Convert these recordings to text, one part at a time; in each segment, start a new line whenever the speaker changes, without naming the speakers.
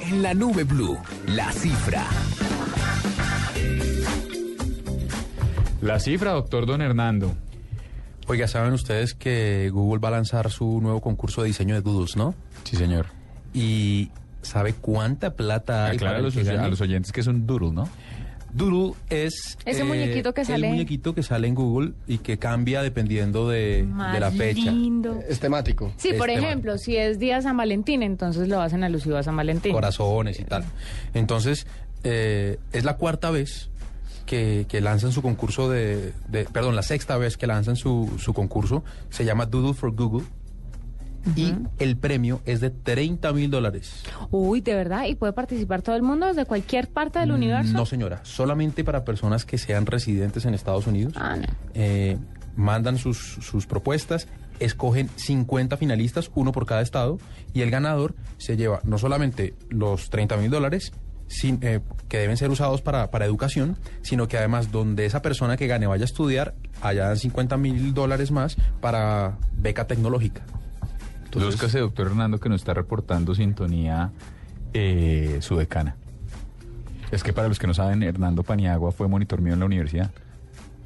En la nube blue, la cifra.
La cifra, doctor Don Hernando.
Oiga, saben ustedes que Google va a lanzar su nuevo concurso de diseño de Doodles, ¿no?
Sí, señor.
Y ¿sabe cuánta plata hay
Aclara
para
a
el
los,
que
oy-
gane?
a los oyentes que es un doodle, ¿no?
Doodle es... eh,
Ese muñequito que sale-
El muñequito que sale en Google y que cambia dependiendo de, de la fecha.
lindo.
Es temático.
Sí, por
Este
ejemplo, si es día San Valentín, entonces lo hacen alusivo a San Valentín.
corazones y tal. Entonces, eh, es la cuarta vez que, que lanzan su concurso de, de- Perdón, la sexta vez que lanzan su, su concurso. Se llama Doodle for Google. Y el premio es de 30 mil dólares.
Uy, de verdad, y puede participar todo el mundo desde cualquier parte del universo.
Mm, No, señora. Solamente para personas que sean residentes en Estados Unidos.
Ah, no.
Eh, mandan sus, sus propuestas, escogen 50 finalistas, uno por cada estado, y el ganador se lleva no solamente los 30 mil dólares sin- eh, que deben ser usados para, para educación, sino que además donde esa persona que gane vaya a estudiar, allá dan 50 mil dólares más para beca tecnológica. Entonces-
Lúzcase, doctor Hernando, que nos está reportando sintonía eh, su decana. Es que para los que no saben, Hernando Paniagua fue monitor mío en la universidad.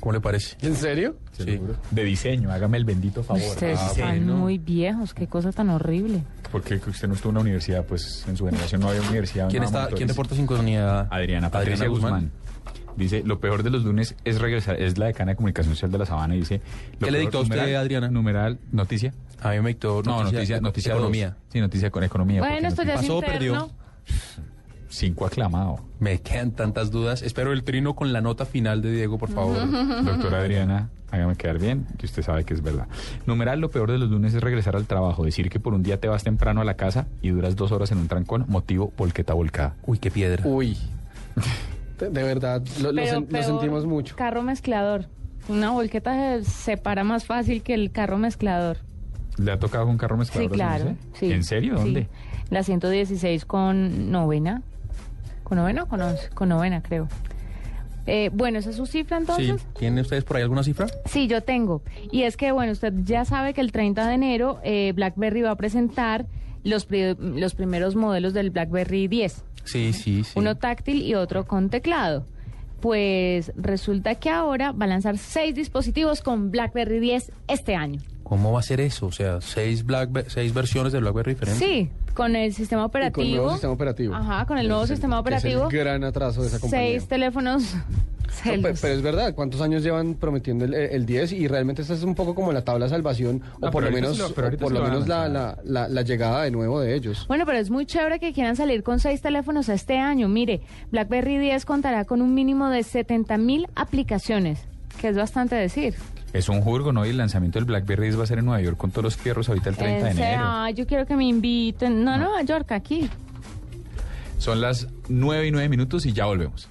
¿Cómo le parece?
¿En serio?
Sí.
De diseño, hágame el bendito favor.
Ustedes
Ah,
están
bueno.
muy viejos, qué cosa tan horrible.
Porque usted no estuvo en la universidad, pues en su generación no había universidad.
¿Quién,
no
está,
había
¿quién
monitores.
reporta sintonía?
Adriana Patricia Guzmán. Dice, lo peor de los lunes es regresar, es la decana de comunicación social de la Sabana y dice... lo
¿Qué le
peor,
dictó a usted,
numeral-
Adriana?
Numeral, noticia.
Ah, A mí me dictó
No, noticia,
noticia,
noticia dos.
economía.
Sí, noticia con economía. porque
Bueno, esto ya es
pasó, perdió.
interno.
Cinco aclamado.
Me quedan tantas dudas. Espero el trino con la nota final de Diego, por favor.
Doctora Adriana, hágame quedar bien, que usted sabe que es verdad. Numeral, lo peor de los lunes es regresar al trabajo, decir que por un día te vas temprano a la casa y duras dos horas en un trancón, motivo volqueta volcada.
Uy, qué piedra.
Uy. De, de verdad, lo, lo
Pero
sen- lo
peor,
sentimos mucho.
Carro mezclador. Una volqueta se separa más fácil que el carro mezclador.
¿Le ha tocado un carro mezclador?
Sí, claro. sí.
eh? ¿En serio?
Sí.
¿Dónde?
La 116 con novena. ¿Con novena o con once? Con novena, creo. Eh, bueno, ¿esa es su cifra
Sí.
entonces?
¿Tienen ustedes por ahí alguna cifra?
Sí, yo tengo. Y es que, bueno, usted ya sabe que el 30 de enero eh, BlackBerry va a presentar los, pri- los primeros modelos del BlackBerry 10.
Sí, sí, sí.
Uno táctil y otro con teclado. Pues resulta que ahora va a lanzar seis dispositivos con BlackBerry 10 este año.
¿Cómo va a ser eso? O sea, seis, Blackbe- seis versiones de BlackBerry diferentes.
Sí, con el sistema
Y Con el
operativo.
nuevo sistema operativo.
Ajá, con el nuevo
Es
sistema
que es el
operativo.
gran atraso de esa compañía.
Seis teléfonos.
No, pe-
celdos.
pero es verdad, ¿cuántos años llevan prometiendo el, el 10? Y realmente esta es un poco como la tabla de salvación,
No,
o por
pero
lo
ahorita
menos,
sí lo- pero
o
ahorita
por
sí
lo
lo van a
menos la,
lanzar.
la- la- la llegada de nuevo de ellos.
Bueno, pero es muy chévere que quieran salir con seis teléfonos este año. Mire, BlackBerry 10 contará con un mínimo de 70 mil aplicaciones, que es bastante decir.
Es un jurgo, ¿no? Y el lanzamiento del BlackBerry va a ser en Nueva York con todos los fierros ahorita el 30 de
Eh, sea,
enero.
"Ay, yo quiero que me inviten. No, Nueva York, aquí.
Son las 9 y 9 minutos y ya volvemos.